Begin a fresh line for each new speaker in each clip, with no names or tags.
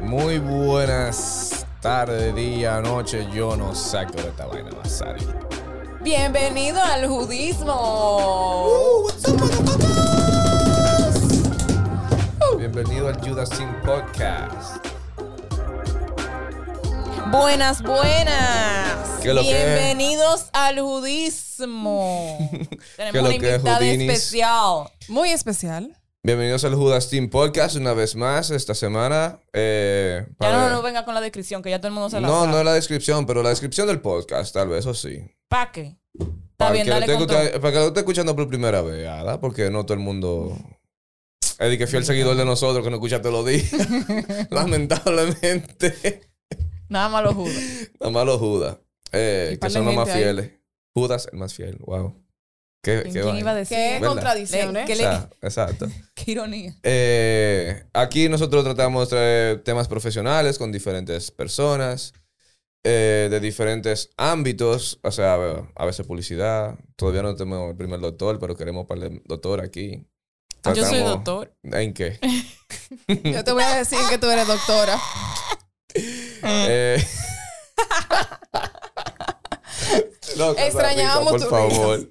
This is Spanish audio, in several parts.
Muy buenas tardes, día, noche. Yo no saco de esta vaina, Masari.
Bienvenido al judismo.
Uh. Bienvenido al Judas Sin Podcast.
Buenas, buenas.
¿Qué lo que es?
Bienvenidos al judismo.
¿Qué
Tenemos
lo
una
que es,
invitada
judinis?
especial.
Muy especial.
Bienvenidos al Judas Sin Podcast una vez más esta semana. eh,
Ya
para-
no nos venga con la descripción, que ya todo el mundo se la
no,
sabe.
no la descripción, pero la descripción del podcast, tal vez, eso sí.
¿Para qué? Está
Para
bien,
que lo
dale
esté
con todo.
escucha- para que lo esté escuchando por primera vez, Ada, porque no todo el mundo. Eddie, que fiel seguidor de nosotros, que no escucha todos los días. Lamentablemente.
Nada más lo juro.
Nada más los Judas. eh,
Y
que
par de
son los más
gente ahí.
fieles. Judas, el más fiel. Wow. ¿Qué, qué
¿Quién, quién
vaina.
iba a decir?
Qué
¿Verdad?
contradicción,
Le-
¿eh?
que
O
le-
sea, exacto.
Qué ironía.
Eh, aquí nosotros tratamos eh, temas profesionales con diferentes personas, eh, de diferentes ámbitos, o sea, a- a veces publicidad. Todavía no tenemos el primer doctor, pero queremos para el doctor aquí.
Ah, Yo soy
Tratamos-
doctor.
¿En qué?
Yo te voy a decir que tú eres doctora.
Eh. Loca,
Extrañábamos
Sarita,
tus
por favor.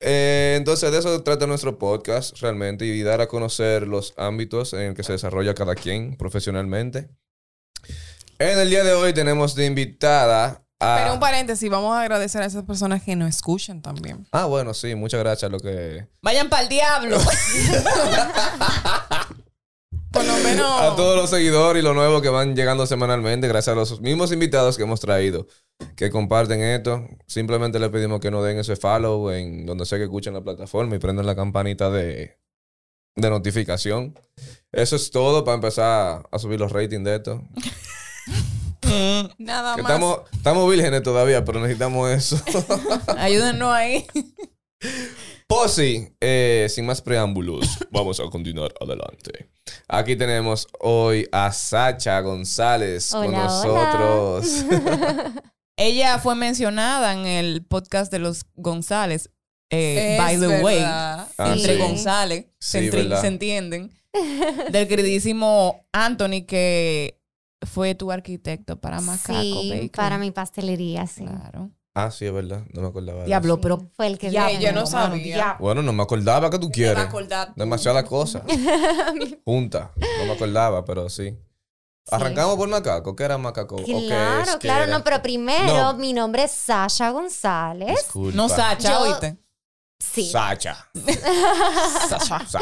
Eh, entonces, de eso trata nuestro podcast realmente y dar a conocer los ámbitos en el que se desarrolla cada quien profesionalmente. En el día de hoy tenemos de invitada
Pero un
a.
paréntesis, vamos a agradecer a esas personas que nos escuchan también.
Ah, bueno, sí, muchas gracias. Lo que.
Vayan para el diablo.
Por lo menos.
Oh.
A todos los seguidores y los nuevos que van llegando semanalmente, gracias a los mismos invitados que hemos traído, que comparten esto. Simplemente les pedimos que nos den ese follow en donde sea que escuchen la plataforma y prendan la campanita de, de notificación. Eso es todo para empezar a subir los ratings de esto.
Nada
Que
más.
estamos, estamos vírgenes todavía, pero necesitamos eso.
Ayúdennos ahí.
Posi, Pues eh, sin más preámbulos, vamos a continuar adelante. Aquí tenemos hoy a Sacha González con
Hola, hola.
nosotros. Ah,
Ella fue mencionada en el podcast de los González. eh,
Es
by the way.
verdad.
Ah,
entre
sí.
González, se,
Sí,
entri-
¿verdad?
se entienden, del queridísimo Anthony, que fue tu arquitecto para Macaco
sí,
Bakery.
para mi pastelería, sí.
Claro.
Ah, sí, es verdad. No me acordaba. de
Diablo,
Sí,
pero...
Fue el que...
diablo,
yo no
mano,
sabía.
diablo.
eso. Bueno, no me acordaba que tú quieres.
acordar.
Demasiadas cosas. Junta. No me acordaba, pero sí. Arrancamos por Macaco. ¿Qué era Macaco? ¿O qué es?
Claro,
¿Qué
claro,
era?
no, pero primero
No.
mi nombre es Sasha González.
Disculpa.
No, Sacha,
Yo-
oíste.
Sí,
Sacha. Sacha.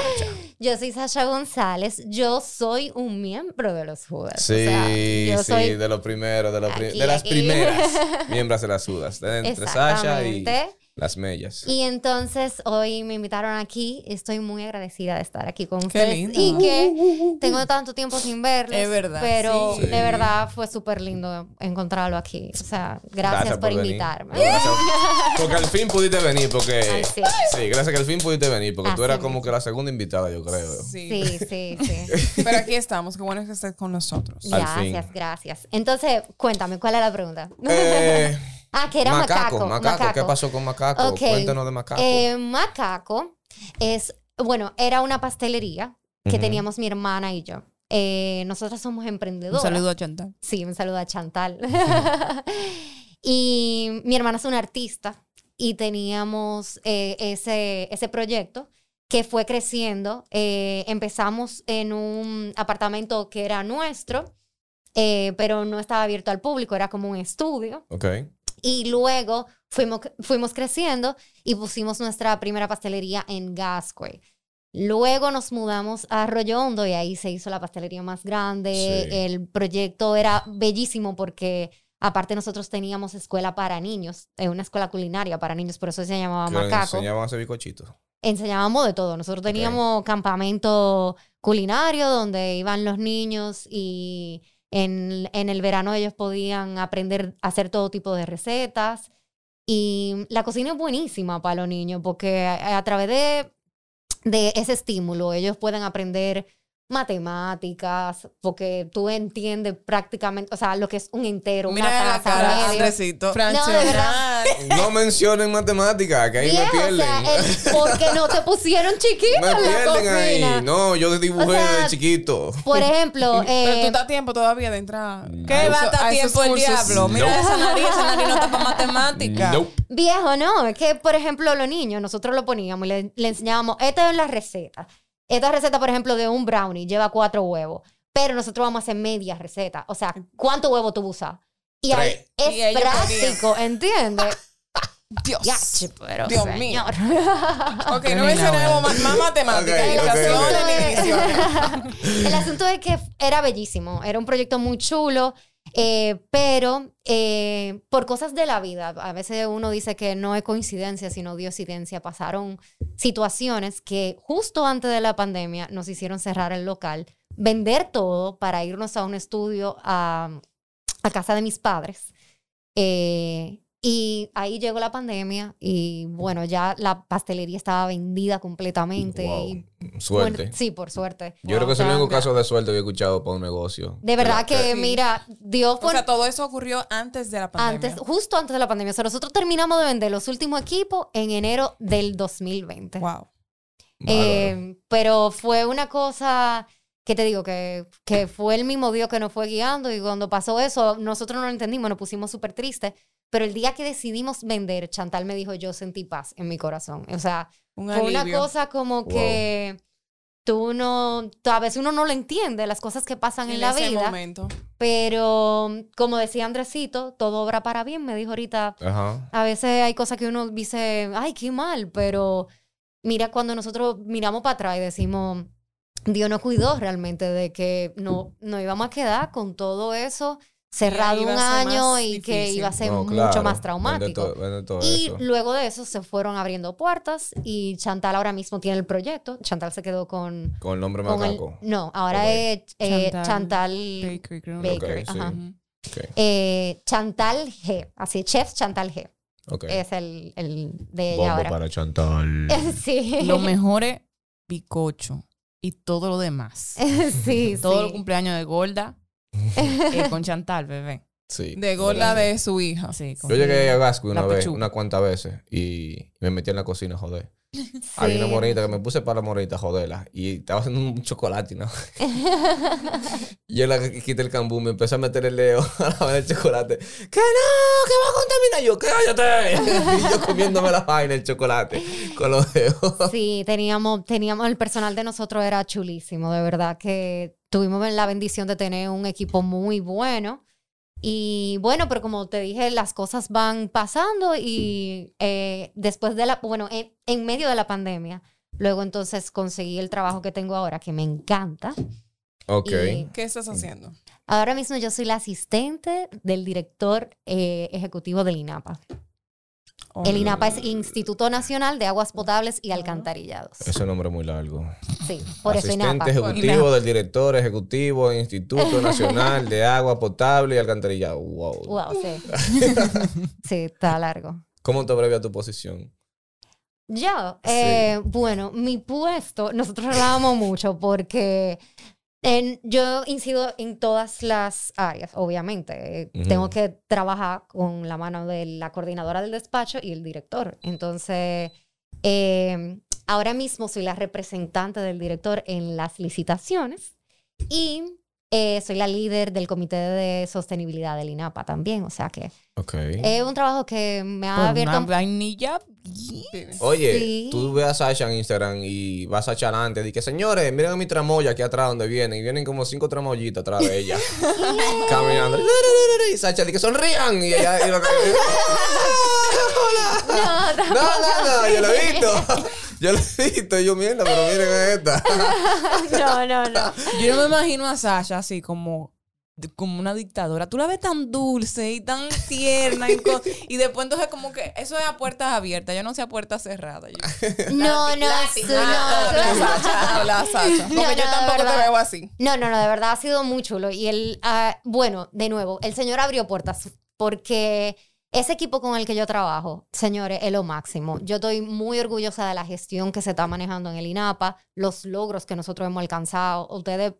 yo soy Sasha González. Yo soy un miembro de los Judas.
Sí,
o sea, yo
sí,
soy
de lo primero, de, lo pri-
Aquí,
de las
aquí.
primeras miembros de las sudas, de entre Sasha y
Exactamente.
las mellas.
Y entonces hoy me invitaron aquí. Estoy muy agradecida de estar aquí con ustedes.
lindo.
Y
Uh,
que tengo tanto tiempo sin verlos.
Es verdad,
Pero
sí. Sí.
de verdad fue súper lindo encontrarlo aquí. O sea, gracias, por, invitarme.
venir. Gracias. Porque al fin pudiste venir, porque...
Ay, sí.
Sí, gracias que al fin pudiste venir, porque tú
Así
eras
mismo.
como que la segunda invitada, yo creo.
Sí.
Sí, sí, sí.
Pero aquí estamos. Qué bueno que estés con nosotros.
Al
Gracias,
fin.
gracias. Entonces, cuéntame, ¿cuál era la pregunta?
Eh,
ah, que era macaco.
macaco, ¿Qué pasó con Macaco?
Ok.
Cuéntanos de Macaco.
Eh, macaco es, bueno, era una pastelería que
Ujú.
teníamos mi hermana y yo. Eh, nosotras somos
Un
emprendedoras.
saludo a Chantal.
Sí, un saludo a Chantal. y mi hermana es una artista y teníamos eh, ese, ese proyecto que fue creciendo. Eh, empezamos en un apartamento que era nuestro, eh, pero no estaba abierto al público, era como un estudio.
ok.
Y luego fuimos, fuimos creciendo y pusimos nuestra primera pastelería en Gascoy. Luego nos mudamos a Arroyo Hondo y ahí se hizo la pastelería más grande.
Sí.
El proyecto era bellísimo porque aparte nosotros teníamos escuela para niños, eh, una escuela culinaria para niños, por eso se llamaba
Que le
Macaco.
enseñaban a hacer bicochitos.
Enseñábamos de todo. Nosotros teníamos campamento culinario donde iban los niños y en, en el verano ellos podían aprender a hacer todo tipo de recetas. Y la cocina es buenísima para los niños porque a, a través de, de ese estímulo ellos pueden aprender matemáticas, porque tú entiendes prácticamente, o sea, lo que es un entero, una
Mira la
taza,
cara,
medio.
Andresito.
No, de verdad.
No mencionen matemáticas, que ahí me
Viejo, o
pierden.
sea, el- porque no te pusieron chiquito
me
en la
pierden
cocina.
ahí. No, yo dibujé
O sea,
de chiquito.
Por ejemplo,
Pero tú
eh,
estás a tiempo todavía de entrar.
Mm.
¿Qué va a estar tiempo el diablo? Mira
No.
esa nariz, esa nariz no está para matemática.
Nope.
viejo, no, es que, por ejemplo, los niños, nosotros lo poníamos y le, le enseñábamos, esta es la receta. Esta receta, por ejemplo, de un brownie lleva cuatro huevos, pero nosotros vamos a hacer media receta. O sea, ¿cuánto huevo tú usas? Y ahí es
Y ellos
práctico, ¿entiendes?
Dios.
Ya, che, pero
Dios mío.
señor.
Ok, no mencionemos más, más matemáticas,
Ok, ok, ok.
El
educación, ni
asunto
división.
es- El asunto es que era bellísimo, era un proyecto muy chulo, eh, pero eh, por cosas de la vida, a veces uno dice que no es coincidencia, sino diosidencia, pasaron situaciones que justo antes de la pandemia nos hicieron cerrar el local, vender todo para irnos a un estudio a, a casa de mis padres. Eh, y ahí llegó la pandemia y bueno, ya la pastelería estaba vendida completamente
Wow.
y
Suerte.
bueno, sí, por suerte.
Yo creo que es el
Wow.
único caso de suerte que he escuchado para un negocio.
De verdad que,
Sí.
mira, Dios
O
por
sea, todo eso ocurrió antes de la pandemia.
antes, justo antes de la pandemia. O sea, nosotros terminamos de vender los últimos equipos en enero del 2020.
Wow.
Eh, pero fue una cosa que te digo, que, que fue el mismo Dios que nos fue guiando y cuando pasó eso, nosotros no lo entendimos, nos pusimos súper tristes. Pero el día que decidimos vender, Chantal me dijo, yo sentí paz en mi corazón. O sea,
Un
fue una
alivio.
cosa como
Wow.
que tú no, tú- a veces uno no lo entiende, las cosas que pasan en, la
ese
vida.
momento.
Pero como decía Andresito, todo obra para bien, me dijo ahorita.
Ajá.
A veces hay cosas que uno dice, ay, qué mal, pero mira, cuando nosotros miramos para atrás y decimos, Dios nos cuidó realmente de que no nos íbamos a quedar con todo eso cerrado un
iba a ser
año
más
y que
difícil.
iba a ser
No,
este, mucho
claro.
más
Vende
traumático.
todo, vende todo
Y
eso.
luego de eso se fueron abriendo puertas y Chantal ahora mismo tiene el proyecto. Chantal se quedó con...
Con el nombre
con el-
macaco.
no, ahora
Ok.
es eh,
Chantal
Chantal
creo.
Bakery.
Bakery.
Ok, sí.
ajá.
Ok,
Eh, Chantal G. Así, Chef Chantal G.
ok.
Es el, el de ella
Bombo
Este, ahora.
para Chantal.
sí.
Lo mejor es picocho y todo lo demás.
sí,
Todo el
sí.
cumpleaños de Gorda eh, con Chantal, bebé.
Sí.
De gola de su hija.
Sí, con-
Yo llegué a Gasco una
La
vez,
pechuga.
unas cuantas veces, y me metí en la cocina, joder.
Sí.
Había una morita que me puse para la morita, joderla. Y estaba haciendo un chocolate, ¿no? y yo la quité el cambú, me empecé a meter el dedo a la vaina del chocolate. ¡Que no! ¡Que va a contaminar! Y yo, ¡cállate! y yo comiéndome la vaina, el chocolate, con los dedos.
Sí, teníamos, teníamos, el personal de nosotros era chulísimo, de verdad que tuvimos la bendición de tener un equipo muy bueno. Y bueno, pero como te dije, las cosas van pasando y eh, después de la, bueno, en, en medio de la pandemia, luego entonces conseguí el trabajo que tengo ahora, que me encanta.
Ok.
Y
¿Qué estás haciendo?
ahora mismo yo soy la asistente del director eh, ejecutivo del INAPA.
Oh,
El INAPA es Instituto Nacional de Aguas Potables y Alcantarillados.
Ese nombre es muy largo.
Sí, por eso INAPA.
Asistente ejecutivo del director ejecutivo del Instituto Nacional de Agua Potable y Alcantarillado. Wow.
Wow, sí. sí, está largo.
¿Cómo te abrevia tu posición?
Yo,
Sí.
eh, bueno, mi puesto, nosotros hablábamos mucho porque en- yo incido en todas las áreas, obviamente. Eh,
Ujú.
Tengo que trabajar con la mano de la coordinadora del despacho y el director. Entonces, eh, ahora mismo soy la representante del director en las licitaciones y eh, soy la líder del comité de sostenibilidad del INAPA también. O sea que
Ok.
es un trabajo que me
Por
ha abierto
una vainilla. bien.
Oh,
Oye,
Sí.
tú ves a Sasha en Instagram y vas a Sasha adelante. Dice, señores, miren a mi tramoya aquí atrás donde vienen. Y vienen como cinco tramoyitas atrás de ella. caminando. Y Sasha dice, sonrían. Y ella... y lo- "Eh,
No,
No, no, no, yo lo he visto. Yo lo he visto. Y yo, mierda, pero miren a esta.
no, no, no.
Yo no me imagino a Sasha así como como una dictadora. Tú la ves tan dulce y tan tierna y, co- y después entonces como que eso es a puertas abiertas, yo no sé a puertas cerradas. Yo-
No, no, sí, no,
La
no.
Sacha, la Sacha. Porque
No, no,
yo
de
tampoco te
verdad.
veo así.
No, no, no, de verdad ha sido muy chulo. Y él, ah, bueno, de nuevo, el señor abrió puertas porque Ese equipo con el que yo trabajo, señores, es lo máximo. Yo estoy muy orgullosa de la gestión que se está manejando en el INAPA, los logros que nosotros hemos alcanzado. Ustedes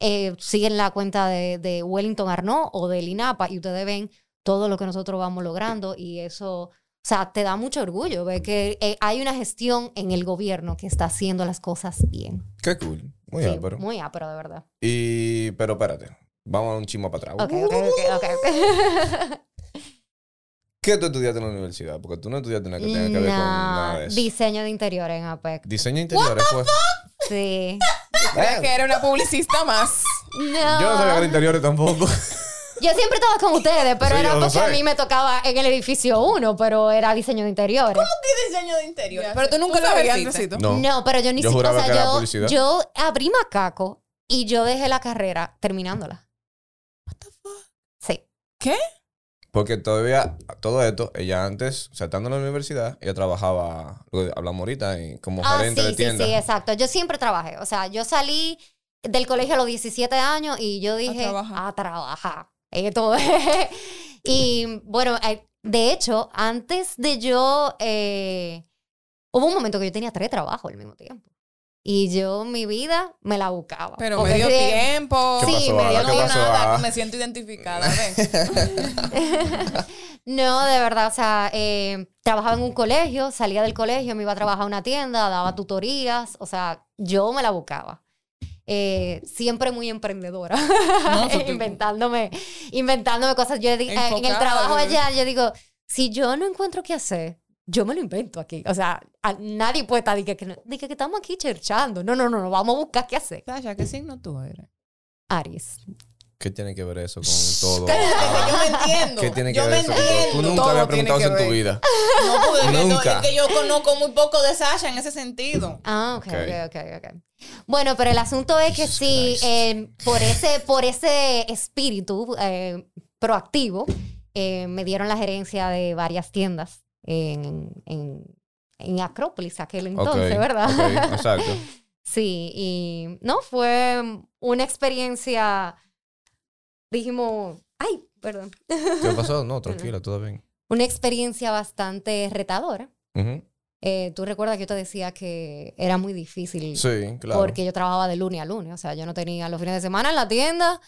eh, siguen la cuenta de, de Wellington Arnaud o del INAPA y ustedes ven todo lo que nosotros vamos logrando y eso, o sea, te da mucho orgullo ver que eh, hay una gestión en el gobierno que está haciendo las cosas bien.
Qué cool. Muy
Sí,
ápero.
muy ápero, de verdad.
Y, pero espérate, vamos a un chisme para atrás. Uh,
Ok, ok, ok, ok, ok.
¿Qué tú estudiaste en la universidad? Porque tú no estudiaste nada que tenga que ver con nada de eso.
Diseño de interior en APEC.
Diseño pues. interior fue.
Sí.
Creía que era una publicista más.
No.
Yo no sabía que era interior tampoco.
Yo siempre estaba con ustedes, pero
Sí,
era
yo lo
porque a
sé.
mí me tocaba en el edificio 1, pero era diseño de interiores.
¿Qué diseño de interior?
Pero tú nunca lo ejerciste.
ejerciste.
No.
No, pero yo ni
Yo
siquiera.
juraba
O sea,
que era
yo,
publicidad.
yo abrí macaco y yo dejé la carrera terminándola. Sí.
Porque todavía, todo esto, ella antes, o sea, estando en la universidad, ella trabajaba, lo que hablamos ahorita, en- como
Ah, sí,
gerente de
sí,
tienda.
sí, exacto. Yo siempre trabajé. O sea, yo salí del colegio a los 17 años y yo dije, a trabajar.
trabajar.
Esto es. y bueno, eh, de hecho, antes de yo, eh, hubo un momento que yo tenía tres trabajos al mismo tiempo. Y yo mi vida me la buscaba.
Pero
Porque
me dio
de-
tiempo.
¿Qué
Sí,
pasó,
me
Ada?
dieron
¿Qué pasó, Ada?
me siento identificada. ven.
No, de verdad, o sea, eh, trabajaba en un colegio, salía del colegio, me iba a trabajar a una tienda, daba tutorías, o sea, yo me la buscaba. Eh, siempre muy emprendedora, inventándome, inventándome cosas. Yo di- eh, en el
Enfocada,
trabajo
bebé.
allá, yo digo, si yo no encuentro qué hacer, yo me lo invento aquí. O sea, a- nadie puede estar, di que, que no- di que- que estamos aquí cherchando. No, no, no, no, vamos a buscar qué hacer.
Sasha, ¿qué signo tú eres?
Aries.
¿Qué tiene que ver eso con todo?
Yo me entiendo.
¿Qué tiene que
yo
ver
me
eso con todo?
entiendo.
Tú nunca
Todo
habías
tiene
preguntado
que
eso en tu
ver.
vida.
No, porque yo-
Nunca.
es que yo conozco muy poco de Sasha en ese sentido.
Ah, ok,
Ok.
ok, ok, ok. Bueno, pero el asunto es que
Jesus
sí,
Christ.
eh, por, ese, por ese espíritu eh, proactivo, eh, me dieron la gerencia de varias tiendas en, en, en Acrópolis aquel entonces,
Ok,
¿verdad?
ok, exacto.
Sí, y no, fue una experiencia, dijimos, ay, perdón,
¿Qué pasó? No, tranquila, todo bien.
una experiencia bastante retadora.
Ujú.
Eh, Tú recuerdas que yo te decía que era muy difícil
Sí, claro.
porque yo trabajaba de lunes a lunes, o sea, yo no tenía los fines de semana en la tienda,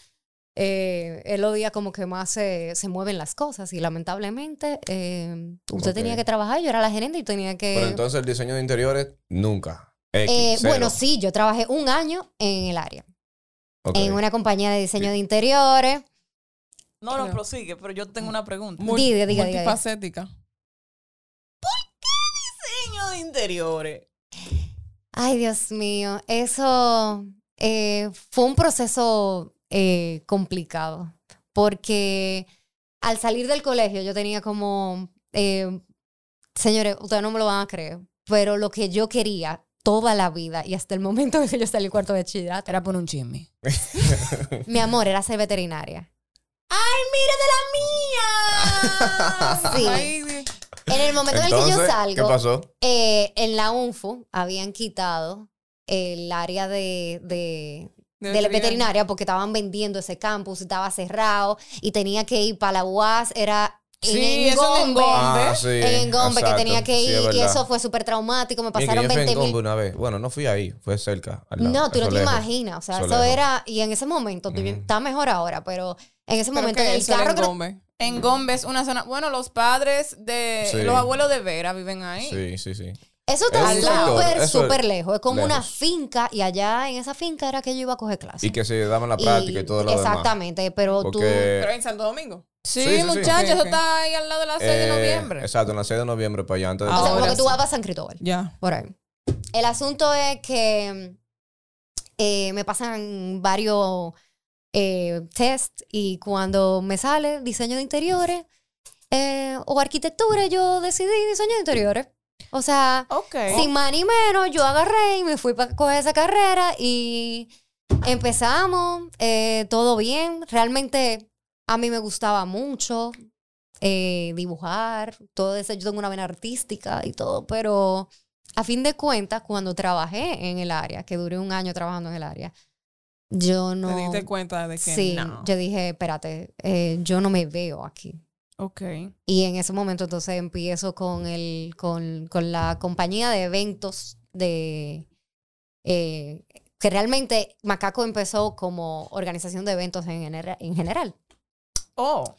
eh, es los días como que más se, se mueven las cosas y lamentablemente eh, usted
Ok.
tenía que trabajar, yo era la gerente y tenía que...
Pero entonces el diseño de interiores, nunca. X,
Eh,
cero.
bueno, sí, yo trabajé un año en el área,
Ok.
en una compañía de diseño
Sí.
de interiores.
No, no,
No.
prosigue, pero yo tengo una pregunta.
Mul-
Diga, diga, diga, diga.
multifacética.
Diseño de interiores.
Ay, Dios mío, eso eh, fue un proceso eh, complicado, porque al salir del colegio yo tenía como, eh, señores, ustedes no me lo van a creer, pero lo que yo quería toda la vida y hasta el momento en que yo salí del cuarto de bachillerato,
Era por un chisme.
mi amor, era ser veterinaria. Sí.
Ay, di-
En el momento en el que yo
Entonces, ¿Qué
salgo,
pasó?
eh, en la UNFU habían quitado el área de- de,
de
de la veterinaria porque estaban vendiendo ese campus, estaba cerrado y tenía que ir para la UAS, era
Sí,
en
eso en
Engombe,
Engombe.
Ah, sí.
en Engombe que
exacto.
tenía que
Sí,
ir
es
y
verdad.
eso fue súper traumático, me
Mira que
pasaron
yo fui a
20
Engombe
mil.
una vez. Bueno, no fui ahí, fue cerca. al lado,
No, tú
eso
no te
lejos.
imaginas, o sea,
Eso
eso,
lejos.
era, y en ese momento, tú-
Ujú.
está mejor ahora, pero en ese
Creo
momento
que
en el
eso era
carro... que-
Engombe.
En Gombe es una zona. Bueno, los padres de.
Sí.
Los abuelos de Vera viven ahí.
Sí, sí, sí.
Eso está
Es un sector,
súper,
eso es
súper lejos, es como una
lejos.
finca y allá en esa finca era que yo iba a coger clases.
Y que se daban la práctica y, todo lo
Exactamente, pero
demás.
tú...
Porque-
Pero en Santo Domingo.
Sí,
Sí, sí, sí.
muchachos,
Ok, ok.
eso está ahí al lado de la 6 de
eh,
noviembre.
Exacto, en la 6 de noviembre para allá antes de
O sea, como
Ahora
que tú
sí.
vas a San Cristóbal.
Ya.
Por ahí. El asunto es que eh, me pasan varios eh, test y cuando me sale diseño de interiores eh, o arquitectura, yo decidí diseño de interiores. O sea,
Ok.
sin más ni menos, yo agarré y me fui para coger esa carrera y empezamos, eh, todo bien. Realmente a mí me gustaba mucho eh, dibujar, todo eso. Yo tengo una vena artística y todo, pero a fin de cuentas, cuando trabajé en el área, que duré un año trabajando en el área, yo no...
Te diste cuenta de que
Sí,
no.
yo dije, espérate, eh, yo no me veo aquí.
Ok.
Y en ese momento entonces empiezo con, el, con, con la compañía de eventos de... eh, que realmente Macaco empezó como organización de eventos en, genera- en general.
Oh.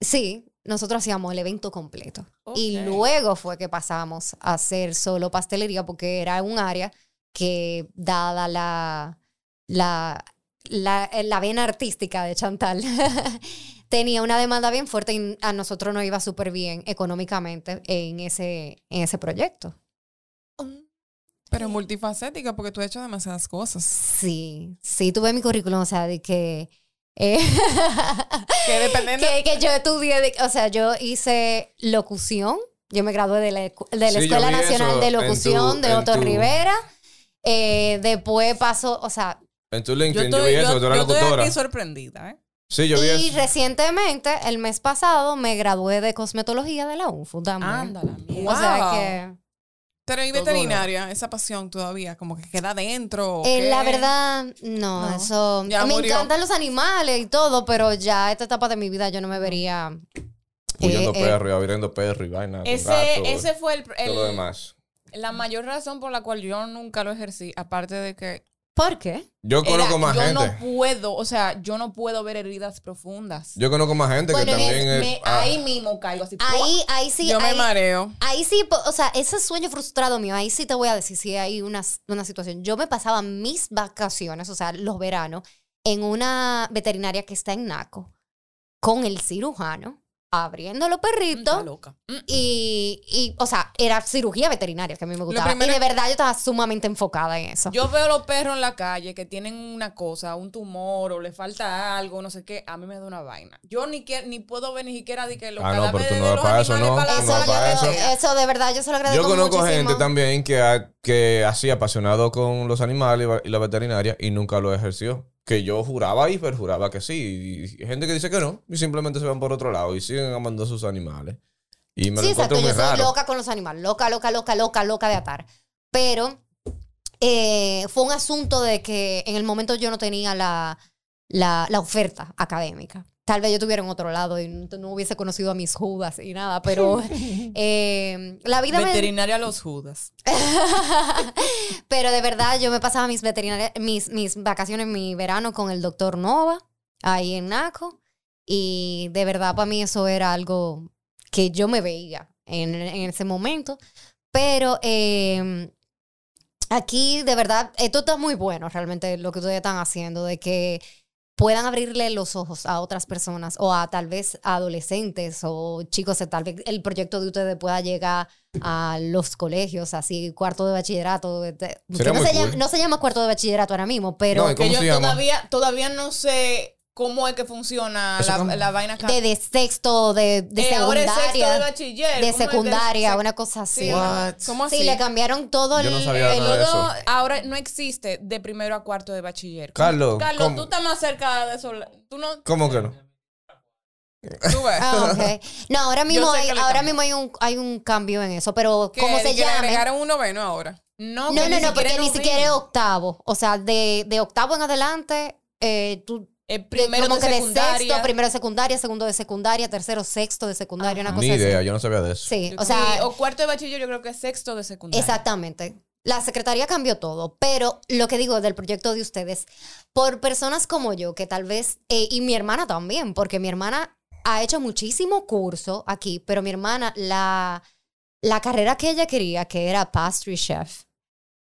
Sí, nosotros hacíamos el evento completo. Y
ok.
luego fue que pasamos a hacer solo pastelería porque era un área que, dada la, la, la, eh, la vena artística de Chantal, tenía una demanda bien fuerte y a nosotros nos iba súper bien económicamente en ese, en ese proyecto.
Mm. Pero multifacética, porque tú has hecho demasiadas cosas.
Sí, sí, tuve mi currículum, o sea, de que... eh,
Que dependiendo.
que, que yo estudié, de- o sea, yo hice locución. Yo me gradué de la, escu- de la
Sí, yo
Escuela
vi eso
Nacional de
en tu-
Locución de
en
Otto
tu-
Rivera. Eh, después pasó, o sea,
En tu
Yo
LinkedIn yo,
estoy,
vi eso,
yo-
que tú eras
yo estoy
locutora.
aquí sorprendida, ¿eh?
Sí, yo vi
y
eso.
recientemente, el mes pasado, me gradué de cosmetología de la UNFU también.
Ándala, mierda.
O sea
Wow.
que,
Pero y
Todo
veterinaria, esa pasión todavía, como que queda dentro. ¿o
eh,
qué?
la verdad, no,
No,
eso.
ya
me
murió.
encantan los animales y todo, pero ya esta etapa de mi vida yo no me vería.
Huyendo
eh, eh,
perro, y abriendo perro y vaina. con gato,
Ese, ese fue el, el-
todo lo demás.
la mayor razón por la cual yo nunca lo ejercí, aparte de que
¿Por qué?
Yo
era-
conozco más
yo
gente.
no puedo, o sea, yo no puedo ver heridas profundas.
Yo conozco más gente que
Bueno,
también
Me-
es-
me-
ah,
Ahí mismo caigo así. ¡pua!
Ahí, ahí sí.
yo me
ahí-
mareo.
Ahí sí, po- o sea, ese sueño frustrado mío, ahí sí te voy a decir si hay una, una situación. Yo me pasaba mis vacaciones, o sea, los veranos, en una veterinaria que está en Naco, con el cirujano, abriendo los
Está
perritos.
loca. Mm.
Y, y, o sea, era cirugía veterinaria que a mí me gustaba.
primero-
Y de verdad yo estaba sumamente enfocada en eso.
Yo veo los perros en la calle que tienen una cosa, un tumor o le falta algo, no sé qué, a mí me da una vaina. Yo ni que, ni puedo ver ni siquiera de que los
Ah, no, pero
cadáveres
tú no
de
vas
los
para eso,
animales
no,
para la
tú no vas
sala,
para
yo
eso.
no sé.
eso de verdad yo se lo agradezco
Yo conozco
muchísimo.
gente también que, ha- que así apasionado con los animales y va- y la veterinaria y nunca lo ejerció. Que yo juraba y perjuraba que sí. Y gente que dice que no y simplemente se van por otro lado y siguen amando a sus animales. Y me
sí,
lo
exacto.
encuentro muy
Yo soy
raro.
loca con los animales. Loca, loca, loca, loca, loca de atar. Pero eh, fue un asunto de que en el momento yo no tenía la, la, la oferta académica. Tal vez yo estuviera en otro lado y no, no hubiese conocido a mis judas y nada, pero eh, la vida me,
Veterinaria los Judas.
pero de verdad, yo me pasaba mis veterinarias, mis, mis vacaciones, mi verano con el doctor Nova, ahí en Naco. Y de verdad, para mí eso era algo que yo me veía en, en ese momento. Pero eh, aquí, de verdad, esto está muy bueno realmente lo que ustedes están haciendo, de que puedan abrirle los ojos a otras personas o a tal vez adolescentes o chicos, tal vez el proyecto de ustedes pueda llegar a los colegios, así cuarto de bachillerato. este, que no,
muy
se
cool.
llama, no se llama cuarto de bachillerato ahora mismo, pero
No, ¿y cómo
que yo
se llama?
todavía, todavía no sé cómo es que funciona
¿Eso
la,
cómo?
la vaina que
de, de sexto, de, de
Eh, ahora es sexto de
secundaria,
bachiller.
de,
¿cómo es?
secundaria,
sec-
una cosa así.
Sí.
What?
¿Cómo así?
Sí, le cambiaron todo
Yo
el...
no sabía
El
nada de
otro
eso.
ahora no existe de primero a cuarto de bachiller.
Carlos,
Carlos,
¿cómo?
tú estás más cerca de eso. Tú no.
¿Cómo que no?
Tú ves.
Ah, ok. No, ahora mismo,
Yo sé
hay,
que le
ahora
cambió.
mismo hay, un, hay un cambio en eso, pero
Que-
¿cómo se
que le
llama?
agregaron un noveno ahora.
No,
No,
que
no, no,
siquiera
porque ni
es
siquiera es
noveno.
octavo. O sea, de, de octavo en adelante, eh, tú...
Eh,
de-
primero
como
de
que de
secundaria.
sexto, primero de secundaria, segundo de secundaria, tercero, sexto de secundaria, una cosa
Ni
así.
idea, yo no sabía de eso.
Sí, eh, o
Sí,
sea,
o cuarto de bachiller, yo creo que es sexto de secundaria.
Exactamente. La secretaría cambió todo, pero lo que digo del proyecto de ustedes, por personas como yo, que tal vez, eh, y mi hermana también, porque mi hermana ha hecho muchísimo curso aquí, pero mi hermana, la, la carrera que ella quería, que era pastry chef,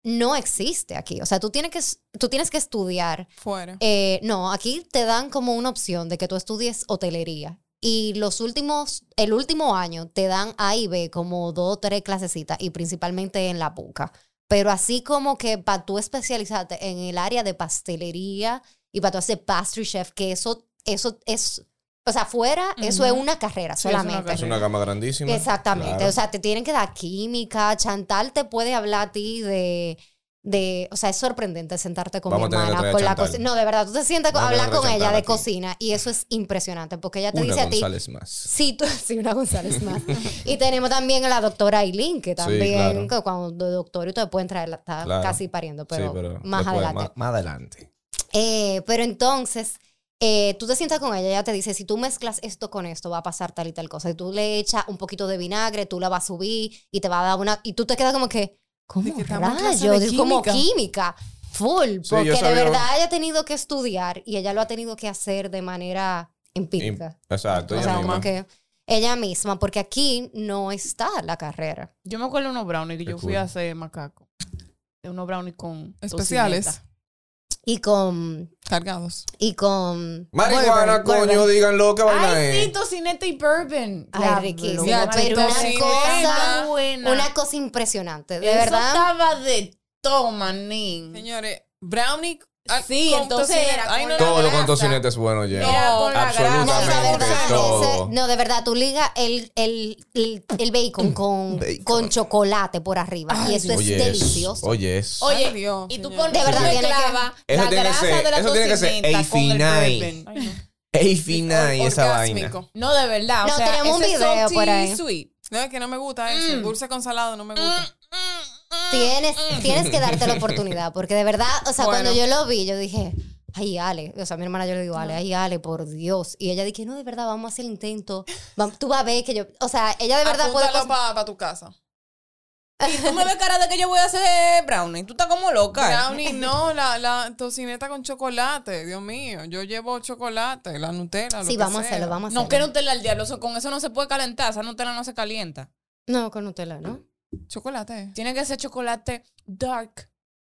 no existe aquí. O sea, tú tienes que, es- tú tienes que estudiar.
Fuera.
eh, no, aquí te dan como una opción de que tú estudies hotelería. Y los últimos, el último año te dan A y B como dos o tres clasecitas y principalmente en la boca. Pero así como que para tú especializarte en el área de pastelería y para tú hacer pastry chef, que eso, eso es, o sea, fuera, eso es
Ujú.
una carrera
Sí, es una
solamente.
Es una gama grandísima.
Exactamente.
Claro.
O sea, te tienen que dar química. Chantal te puede hablar a ti de. de o sea, es sorprendente sentarte con
Vamos a
mi
tener que
hermana.
traer a
Con la
Chantal.
cocina. no, de verdad, tú te sientas a
Vamos a tener
hablar
que
con
traer a
ella de
Chantal aquí.
cocina y eso es impresionante porque ella te
Una
dice a ti.
González más.
Sí, tú, sí, una González más. y tenemos también a la doctora Aileen, que
claro.
también, que cuando doctor y te pueden traer, la- está
Claro.
casi pariendo, pero,
Sí, pero
más
después,
adelante.
Más, más adelante.
Eh, pero entonces, eh, tú te sientas con ella, ella te dice, si tú mezclas esto con esto, va a pasar tal y tal cosa. Y tú le echas un poquito de vinagre, tú la vas a subir y te va a dar una... Y tú te quedas como que, ¿cómo
que estamos en clase de
rayos? Es como
química.
química, full.
Sí, yo
porque de
sabía-
verdad ella ha tenido que estudiar y ella lo ha tenido que hacer de manera empírica.
Exacto.
o
Em, ella
sea,
misma.
como que ella misma, porque aquí no está la carrera.
Yo me acuerdo de unos brownies que
Qué
yo fui
cool.
a hacer macaco. De unos brownies con.
Especiales.
tocineta.
Y con...
Cargados.
Y con...
Marihuana,
Burberry, Burberry.
coño, díganlo, qué vaina
Ay, sí,
es.
tocineta y bourbon.
Ay,
Diablo,
riquísimo.
la
Pero una
tocineta
cosa-
buena.
Una cosa impresionante, de
Eso
verdad.
estaba de toma,
mm.
nin.
Señores, brownie. ah,
Sí, entonces era con la
Todo lo con
grasa.
tocineta es bueno, ya.
Era con la
absolutamente.
No, de
grasa.
verdad,
todo.
ese- no, de verdad, tú ligas el, el, el, el bacon, con,
Mm, Bacon.
con chocolate por arriba. y eso es
Oye, es-
delicioso.
Oye, es.
Oye,
Ay, Dios,
y tú
señor.
pones
De verdad,
tú le
tiene que-
clavas
Eso tiene
la
que
grasa
ser-
de la
eso tiene que ser
tocineta con el
A59.
bourbon.
Ey, fina y esa vaina.
Orgásmico.
No, de verdad.
No,
o sea,
tenemos un
ese
video
salty
por ahí. Mm.
sweet.
No, es que no me gusta eso. Dulce con salado no me gusta.
Mm,
Tienes, tienes que darte la oportunidad, porque de verdad, o sea,
Bueno.
cuando yo lo vi, yo dije, ay, Ale, o sea, a mi hermana yo le digo, Ale, ay, Ale, por Dios. Y ella dije, no, de verdad, vamos a hacer el intento. Vam- tú vas a ver que yo, o sea, ella de verdad puede... cos-
para tu casa.
Tú me ves cara de que yo voy a hacer brownie. Tú estás como loca. ¿eh?
Brownie, no, la, la tocineta con chocolate, Dios mío. Yo llevo chocolate, la Nutella, lo
Sí,
que
vamos a
sea.
hacerlo, vamos a
No,
hacerlo.
que Nutella al diablo. eso- con eso no se puede calentar. Esa Nutella no se calienta.
No, con Nutella, ¿no?
Chocolate.
Tiene que ser chocolate dark.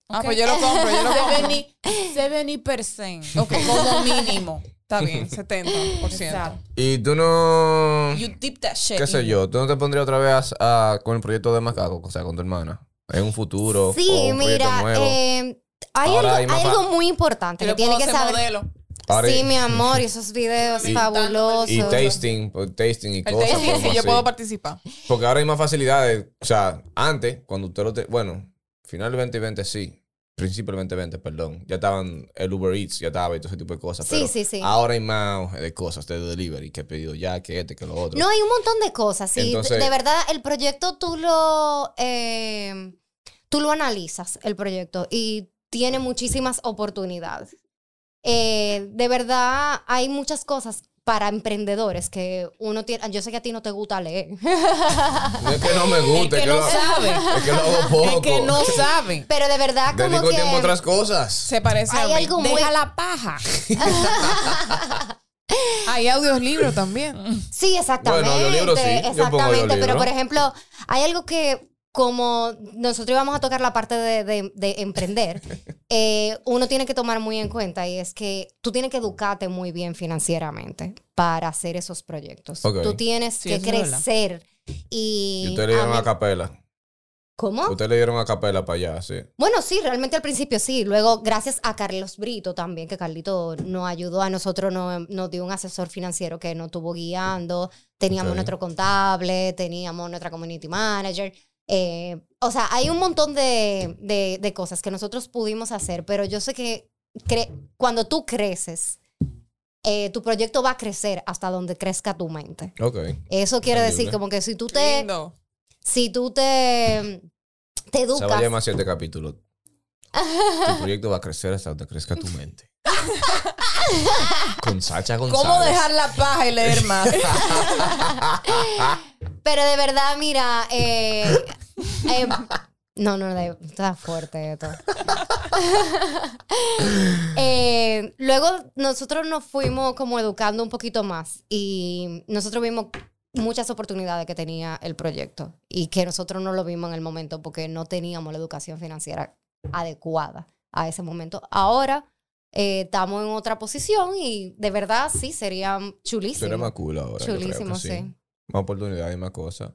Ah,
¿ok?
pues yo lo compro, yo lo compro.
70 70%. Como mínimo.
Está bien, 70%.
Exacto.
Y tú no.
You dip that shit.
¿Qué sé
in.
yo? ¿Tú no te pondrías otra vez a- con el proyecto de Macaco? O sea, con tu hermana. En un futuro.
Sí,
o Oh, un proyecto
mira,
nuevo.
eh, hay,
Ahora
algo,
hay más
hay
fa-
algo muy importante
Te
que
lo
tiene
puedo
que
hacer
saber.
modelo.
Ahora-
Sí, mi amor, y esos videos
Y-
fabulosos.
Y tasting, pues, tasting y
El
cosas.
tasting,
cosas
sí, yo
así.
puedo participar.
Porque ahora hay más facilidades. O sea, antes, cuando usted lo... te- bueno, final del 2020 sí. Principio del 2020, perdón. Ya estaban el Uber Eats, ya estaba y todo ese tipo de cosas.
Sí,
pero
sí, sí.
Ahora hay más auge de cosas de delivery, que he pedido ya, que este, que lo otro.
No, hay un montón de cosas. Sí,
Entonces-
de verdad, el proyecto tú lo, eh, tú lo analizas, el proyecto, y tiene muchísimas oportunidades. Eh, de verdad, hay muchas cosas para emprendedores que uno tiene. Yo sé que a ti no te gusta leer.
No es que no me guste,
El que
es que
no
lo-
sabe.
es que lo hago poco.
El que no sabe.
Pero de verdad, como
Dedico
que.
tiempo a otras cosas.
Se parece
Hay
a mí.
algo muy.
Deja la paja.
Hay audiolibros también.
Sí, exactamente.
Bueno, audiolibro sí, yo pongo
Exactamente, pero
audiolibro.
por ejemplo, hay algo que como nosotros íbamos a tocar la parte de, de- de emprender, eh, uno tiene que tomar muy en cuenta y es que tú tienes que educarte muy bien financieramente para hacer esos proyectos.
Ok.
Tú tienes
Sí,
que
eso es verdad.
crecer
Y
y...
ustedes le dieron
a mí-
a capela.
¿Cómo?
Ustedes le dieron a capela para allá, sí.
Bueno, sí, realmente al principio sí. Luego, gracias a Carlos Brito también, que Carlito nos ayudó a nosotros, no- nos, dio un asesor financiero que nos tuvo guiando. Teníamos
Ok.
nuestro contable, teníamos nuestra community manager. Eh, o sea, hay un montón de, de- de cosas que nosotros pudimos hacer, pero yo sé que cre- cuando tú creces, eh, tu proyecto va a crecer hasta donde crezca tu mente.
Ok.
Eso quiere decir
Entendible.
como que si tú te,
Lindo.
si tú te, te
Se va a
educas
llamar siete capítulos. tu proyecto va a crecer hasta donde crezca tu mente. Con Sacha González.
¿Cómo dejar la paja y leer más?
Pero de verdad, mira, eh, eh, no, no, de- está fuerte esto. Eh, luego nosotros nos fuimos como educando un poquito más y nosotros vimos muchas oportunidades que tenía el proyecto y que nosotros no lo vimos en el momento porque no teníamos la educación financiera adecuada a ese momento. Ahora eh, estamos en otra posición y de verdad sí, sería chulísimo.
Será más cool ahora. yo creo que
chulísimo, sí.
Más oportunidades, más cosas.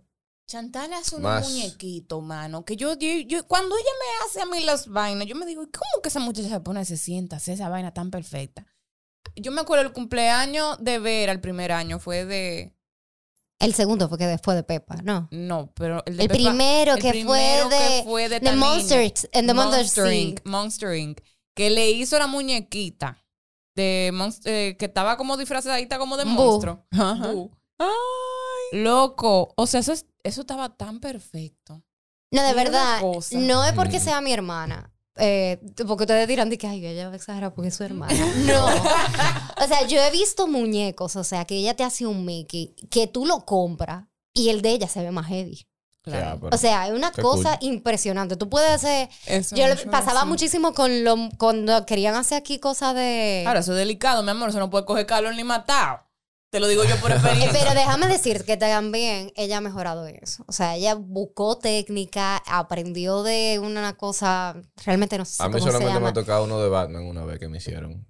Chantal hace un
Más.
muñequito, mano. Que yo, yo, yo- cuando ella me hace a mí las vainas, yo me digo, "¿Y ¿cómo que esa muchacha se pone, se sienta, hace esa vaina tan perfecta? Yo me acuerdo el cumpleaños de Vera, el primer año, fue de.
El segundo fue que después de Pepa, ¿no?
No, pero el de
El
Pepa-
primero
el
que
primero
fue de,
que fue de
de
Tanini.
Monster and the Monster
Monster
Inc.
Inc. Monster Inc. Que le hizo la muñequita de Monst- eh, que estaba como disfrazadita como de
Bu.
monstruo.
Ajá.
Bu. Loco. O sea, eso, es- eso estaba tan perfecto.
No, de
Mira una
verdad,
cosa.
no es porque
Mm.
sea mi hermana, eh, porque ustedes dirán de que ay, ella va a exagerar porque es su hermana. No. O sea, yo he visto muñecos, o sea, que ella te hace un Mickey, que tú lo compras y el de ella se ve más heavy.
Ya,
Claro.
pero-
O sea, es una
Qué
cosa impresionante. Tú puedes hacer.
Eso
Yo
no
lo-
es
pasaba
así.
muchísimo con lo, cuando querían hacer aquí cosas de.
Ahora, eso es delicado, mi amor. Eso no puede coger calor ni matado. Te lo digo yo por
Eh,
experiencia.
Pero déjame decir que también ella ha mejorado en eso. O sea, ella buscó técnica, aprendió de una cosa. Realmente no sé
a mí
cómo se
solamente me
llama.
ha tocado uno de Batman una vez que me hicieron.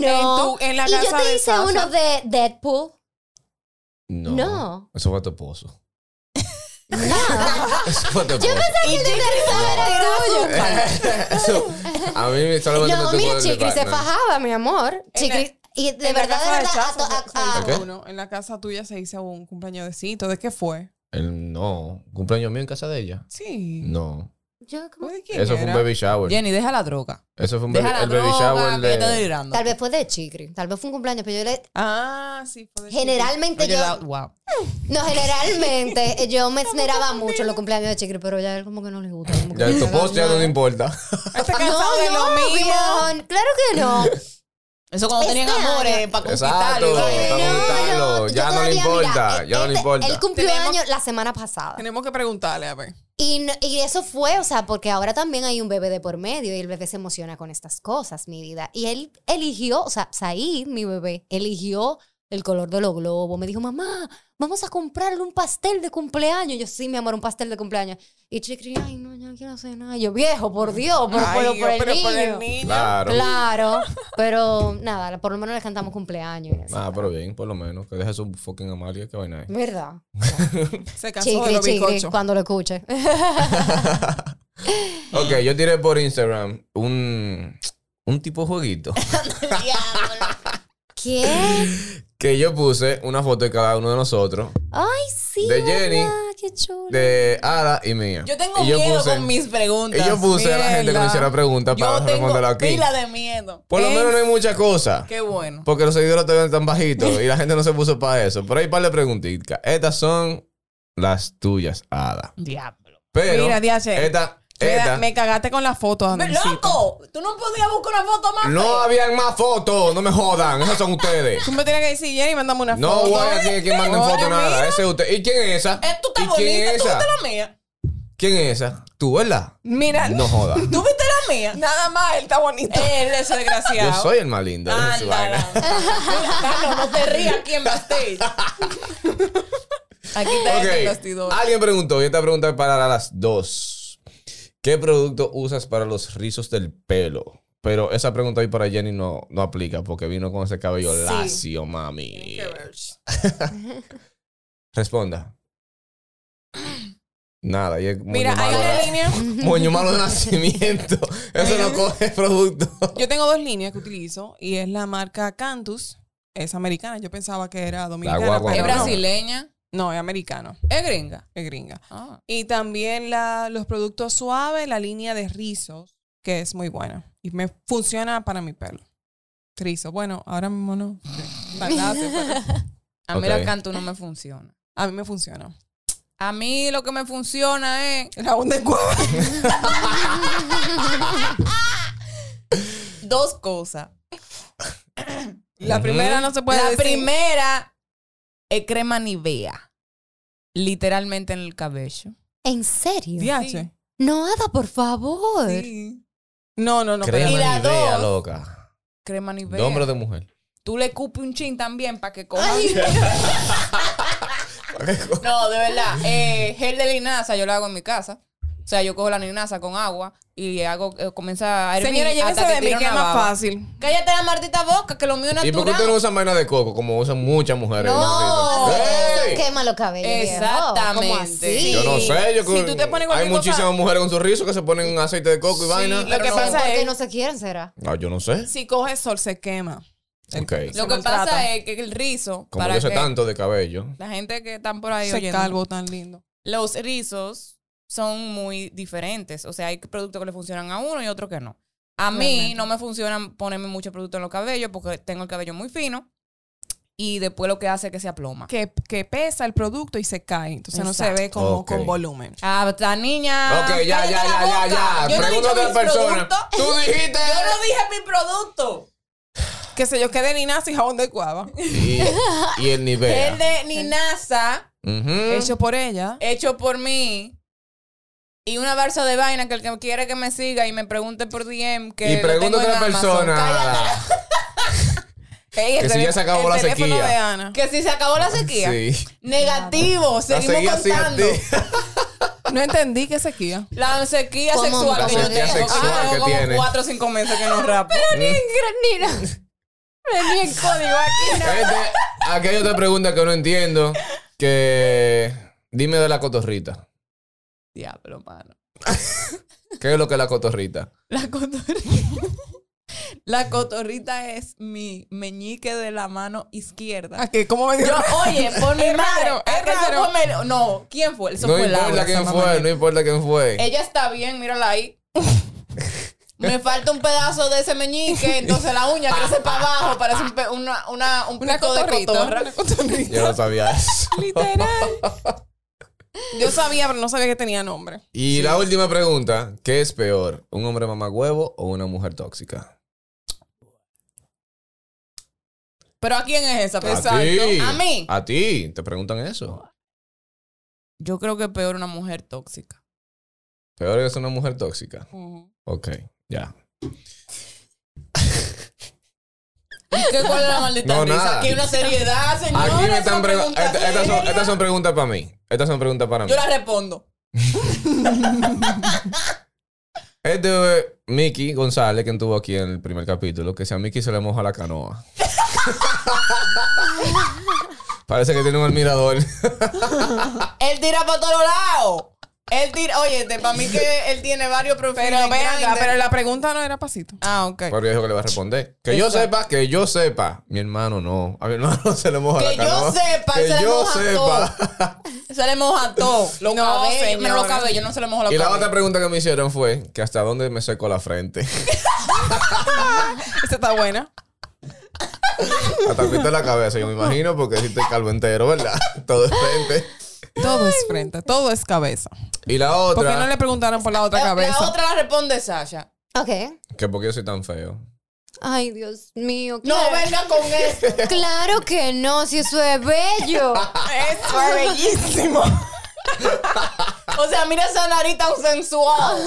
No.
En, tu- en la
y yo
casa
te
de
hice
Sasha.
uno de Deadpool.
No.
No.
Eso fue a tu esposo.
No.
Eso fue a tu esposo.
Y yo te
Eso, a mí solamente me
No,
tocó
mira,
el de
Chicri se
Batman.
fajaba, mi amor.
En la-
Chicri. Y de
En la
verdad, de
casa
verdad.
Sasha
a-
se-
a-
se hizo
¿Qué?
uno. En la casa tuya se hizo un cumpleañoscito. ¿De qué fue?
El- no. ¿Cumpleaños mío en casa de ella?
Sí.
No.
yo como-
¿De quién
Mm. Eso fue un
era?
baby shower.
Jenny, deja la droga.
Eso fue un baby,
Deja la
el baby
droga,
shower
que yo te estoy
de...
delirando.
Tal vez fue de Chicri. Tal vez fue un cumpleaños, pero yo le.
Ah, sí. fue de
Generalmente
Oye,
yo.
da- wow.
No, generalmente eh, yo me esmeraba mucho en los cumpleaños de Chicri, pero ya él como que no le gusta. como que
Ya
no
tu
le da
post ya no
nada.
te importa.
chiquito. Este
No,
cansado de lo
no,
mismo.
viejo, claro que no.
Eso cuando
Este
tenían
año-
amores para
Exacto.
conquistarlo.
Para
No,
conquistarlo.
no,
ya
yo
no le
todavía,
importa.
mira,
ya no le
este-
importa.
Él cumplió
Tenemos-
años la semana pasada.
Tenemos que preguntarle, a ver.
Y, no- y eso fue, o sea, porque ahora también hay un bebé de por medio y el bebé se emociona con estas cosas, mi vida. Y él eligió, o sea, Said, mi bebé, eligió el color de los globos. Me dijo, mamá, vamos a comprarle un pastel de cumpleaños. Yo, sí, mi amor, un pastel de cumpleaños. Y Chicri, ay, no, yo no quiero hacer nada. Y Yo, viejo, por Dios, por, por-
Ay,
por
Dios,
el
pero por el
niño".
niño.
Claro.
Claro, pero nada, por lo menos le cantamos cumpleaños. y eso.
Ah, pero bien, por lo menos. Que deje su fucking Amalia, que vaina es.
¿Verdad?
Se cansó de
Chicri,
los
chicri,
bizcochos.
cuando lo escuche.
Ok, yo tiré por Instagram un, un tipo de jueguito.
¿Qué?
que yo puse una foto de cada uno de nosotros.
Ay, sí.
De Jenny.
¿verdad? Qué chulo.
De Ada y mía.
Yo tengo
Y yo
miedo
puse-
con mis preguntas.
Y yo puse a la gente que me
Mierda.
hiciera preguntas para
Yo tengo
responderla aquí.
pila de miedo.
Por lo
¿Eh?
menos no hay muchas cosas.
Qué bueno.
Porque los seguidores todavía están bajitos y la gente no se puso para eso. Pero hay un par de preguntitas. Estas son las tuyas, Ada.
Diablo.
Pero
Mira, DH.
esta,
Mira,
esta,
me cagaste con la foto,
Ve,
Andresito.
¡Loco! ¿Tú no podías buscar una foto más?
no habían más fotos. No me jodan. Esas son ustedes.
Tú me tenías que decir, Jenny, mándame una
No
foto.
voy a decir que manden
Oye,
foto nada.
mira.
Ese es usted. ¿Y quién es esa?
Eh, tú
¿Y
estás
quién
bonita,
es
tú
esa?
viste la mía.
¿Quién es esa? ¿Tú, verdad?
Mira,
No jodas.
¿Tú viste la mía?
nada más, él está bonito.
Él es
Yo
desgraciado.
soy el más lindo. de su
Ándala.
vaina.
Mira, Carlos, no te rías aquí en backstage.
Aquí está
Ok.
el bastidor.
Alguien preguntó, y esta pregunta es para las dos. ¿Qué producto usas para los rizos del pelo? Pero esa pregunta ahí para Jenny no, no aplica porque vino con ese cabello
Sí.
lacio, mami. Responda. Nada, y es moño
Mira, hay
malo
una
de-
línea.
moño malo de nacimiento. Eso no coge producto.
Yo tengo dos líneas que utilizo y es la marca Cantus. Es americana. Yo pensaba que era dominicana.
guagua,
Es
no.
pero no.
brasileña.
No, es americano.
Es gringa.
Es gringa.
Ah.
Y también la, los productos suaves, la línea de rizos, que es muy buena. Y me funciona para mi pelo. Rizo. Bueno, ahora mismo no. Tan lacio, pero
A
Ah,
Ok.
mí la canto no me funciona.
a mí me funciona.
A mí lo que me funciona es
La onda en cuadro.
dos cosas.
La primera no se puede
la
decir.
primera es crema Nivea. Literalmente en el cabello.
¿En serio?
DH.
No, Ada, por favor.
Sí. No, no, no.
Crema
Y
ni
pero-
la
idea,
dos.
loca.
Crema Nivea.
De hombre o de mujer.
Tú le cupes un chin también para que coja. no, de verdad. Eh, gel de linaza yo lo hago en mi casa. O sea, yo cojo la linaza con agua y hago, eh, comienza a hervir
Señora, llévese
hasta que
de mí,
tira
que es
una
más
baba.
fácil.
Cállate la maldita boca, que lo mío es
¿Y
natural.
por qué ustedes no usan vaina de coco como usan muchas mujeres?
No,
¡Ey!
eso quema los cabellos. viejo.
Exactamente.
¿Cómo así?
Yo no sé, yo
Si
creo-
tú te pones
hay
cualquier
muchísimas
cosa-
mujeres con sus rizos que se ponen aceite de coco y
Sí,
vaina.
lo que
Pero
pasa
¿por qué
es-
no se quieren, será?
Ah, yo no sé.
Si coge sol, se quema.
Ok.
se
Eh, Lo que
maltrata.
pasa es que el rizo,
Como
para
yo sé
que
tanto de cabello.
la gente que están por ahí
Ese
oyendo,
calvo tan lindo.
los rizos son muy diferentes. O sea, hay productos que le funcionan a uno y otros que no. A mí
Realmente.
no me funcionan ponerme mucho producto en los cabellos porque tengo el cabello muy fino. y después lo que hace es que se aploma.
que, que pesa el producto y se cae. Entonces no se ve como
Ok.
con volumen.
Ah, esta niña.
Ok, ya, ya, ya,
cállate la
ya,
boca.
ya.
Yo no he dicho
Pregúntate a la
mis
persona.
productos.
Tú dijiste.
Yo no dije mi producto.
Que se yo, que de Ninazo y jabón de cuava.
Y, y el nivel.
El de Ninasa,
Ujú.
Hecho por ella.
hecho por mí. Y una barza de vaina que el que quiera que me siga y me pregunte por DM que
Y
lo
pregunta a
tengo en
otra
Amazon. Cállate.
persona.
Ey,
Que si ya
el teléfono-
se acabó la
el teléfono de
sequía.
Ana.
Que si se acabó la sequía.
Sí.
Negativo,
La
seguimos
sigue a
contando.
ti.
No entendí qué sequía.
La sequía
¿Cómo?
sexual
La
que yo
sequía
tengo.
sexual
Ah, tengo
que
como
tiene.
cuatro o cinco meses que no rapo.
Ni en gran- ni no- ni en código aquí.
Este, aquí hay otra pregunta que no entiendo. Que dime de la cotorrita.
Diablo, mano.
¿Qué es lo que es la cotorrita?
La cotorrita. La cotorrita es mi meñique de la mano izquierda.
¿A qué? ¿Cómo me
Yo,
dijo?
oye, por mi
Es
madre.
raro,
ah,
es
que eso
raro.
fue Mel- no, ¿quién fue? Eso
No
fue
importa
Laura.
quién
esa
fue,
mamá.
no importa quién fue.
Ella está bien, mírala ahí. Me falta un pedazo de ese meñique, entonces la uña crece para abajo, parece un, pe- una, una, un
Una
pico de
cotorrita.
cotorra.
Una cotorrita.
Yo no sabía eso.
Literal. Yo sabía, pero no sabía que tenía nombre.
Y la última pregunta, ¿qué es peor? ¿Un hombre mamagüevo o una mujer tóxica?
Pero ¿a quién es esa?
A
Exacto.
ti.
A mí.
A ti, te preguntan eso.
Yo creo que es peor una mujer tóxica.
Peor es una mujer tóxica. Ok, ya.
¿Qué, ¿Cuál es la maldita
No,
risa?
nada.
Aquí hay una seriedad, señores.
Aquí me están preguntando.
son preguntas
Estas, estas son,
serias.
estas son preguntas para mí. Estas son preguntas para mí.
Yo la respondo.
Este es Mickey González, quien estuvo aquí en el primer capítulo, que si a Mickey se le moja la canoa. Parece que tiene un admirador.
Él tira para todos lados. Él tira... Oye, para mí que él tiene varios perfiles.
Pero
en
ven acá,
Grindr.
pero la pregunta no era pasito.
Ah, ok.
Porque dijo que le va a responder. Que yo sepa, que yo sepa. Mi hermano no. A mi hermano se le moja
Que
la canoa.
yo sepa,
que
se le
yo
moja
sepa.
Se le moja todo. Los
No,
cabellos. Menos los
señora.
cabellos. No se le moja los
Y la
cabellos.
otra pregunta que me hicieron fue que hasta dónde me seco la frente.
Esta está buena.
hasta el pito de la cabeza, yo me imagino, porque si estoy calvo entero, ¿verdad? Todo es frente.
Todo es frente, todo es cabeza.
Y la otra,
¿Por qué no le preguntaron por la otra
La-
cabeza?
La otra la responde Sasha.
Ok.
que por qué yo soy tan feo.
Ay, Dios mío.
No,
claro-
venga con eso.
Claro que no, si eso es bello.
Eso es bellísimo.
O sea, mira esa nariz tan sensual.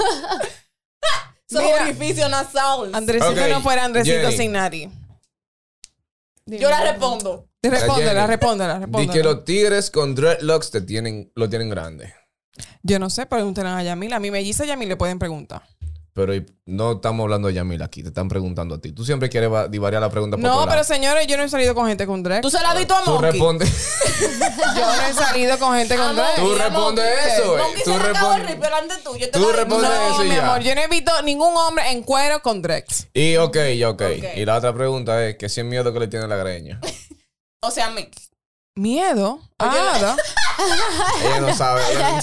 Su
Mira.
orificio nasal.
Andresito
Ok,
no fuera Andresito
Jenny.
sin nariz.
Yo la respondo.
La
Respóndela,
Jenny.
respóndela,
Di que
respóndela.
los tigres con dreadlocks te tienen, lo tienen grande.
Yo no sé, pregúntenle a Yamil. A mi melliza Yamil le pueden preguntar.
Pero y- no estamos hablando de Yamil aquí, te están preguntando a ti. Tú siempre quieres va- divariar la pregunta por
No,
otro
pero
lado.
señores, yo no he salido con gente con drag.
¿Tú se la has visto a
Tú
Monkey?
respondes,
Yo no he salido con gente con drag.
Tú
Monkey, a
responde
Monkey.
eso, eh.
Monkey
Tú
se le acabó el
responde-
rip delante tuyo. Te
tú
lo digo.
responde
No.
eso
No,
y
mi
ya.
amor, yo no he visto ningún hombre en cuero con dreads.
Y ok, ya ok.
Ok.
Y la otra pregunta es, ¿qué si es miedo que le tiene la greña?
O sea, Mick.
Miedo. Ah, Nada.
Ella no sabe. ella-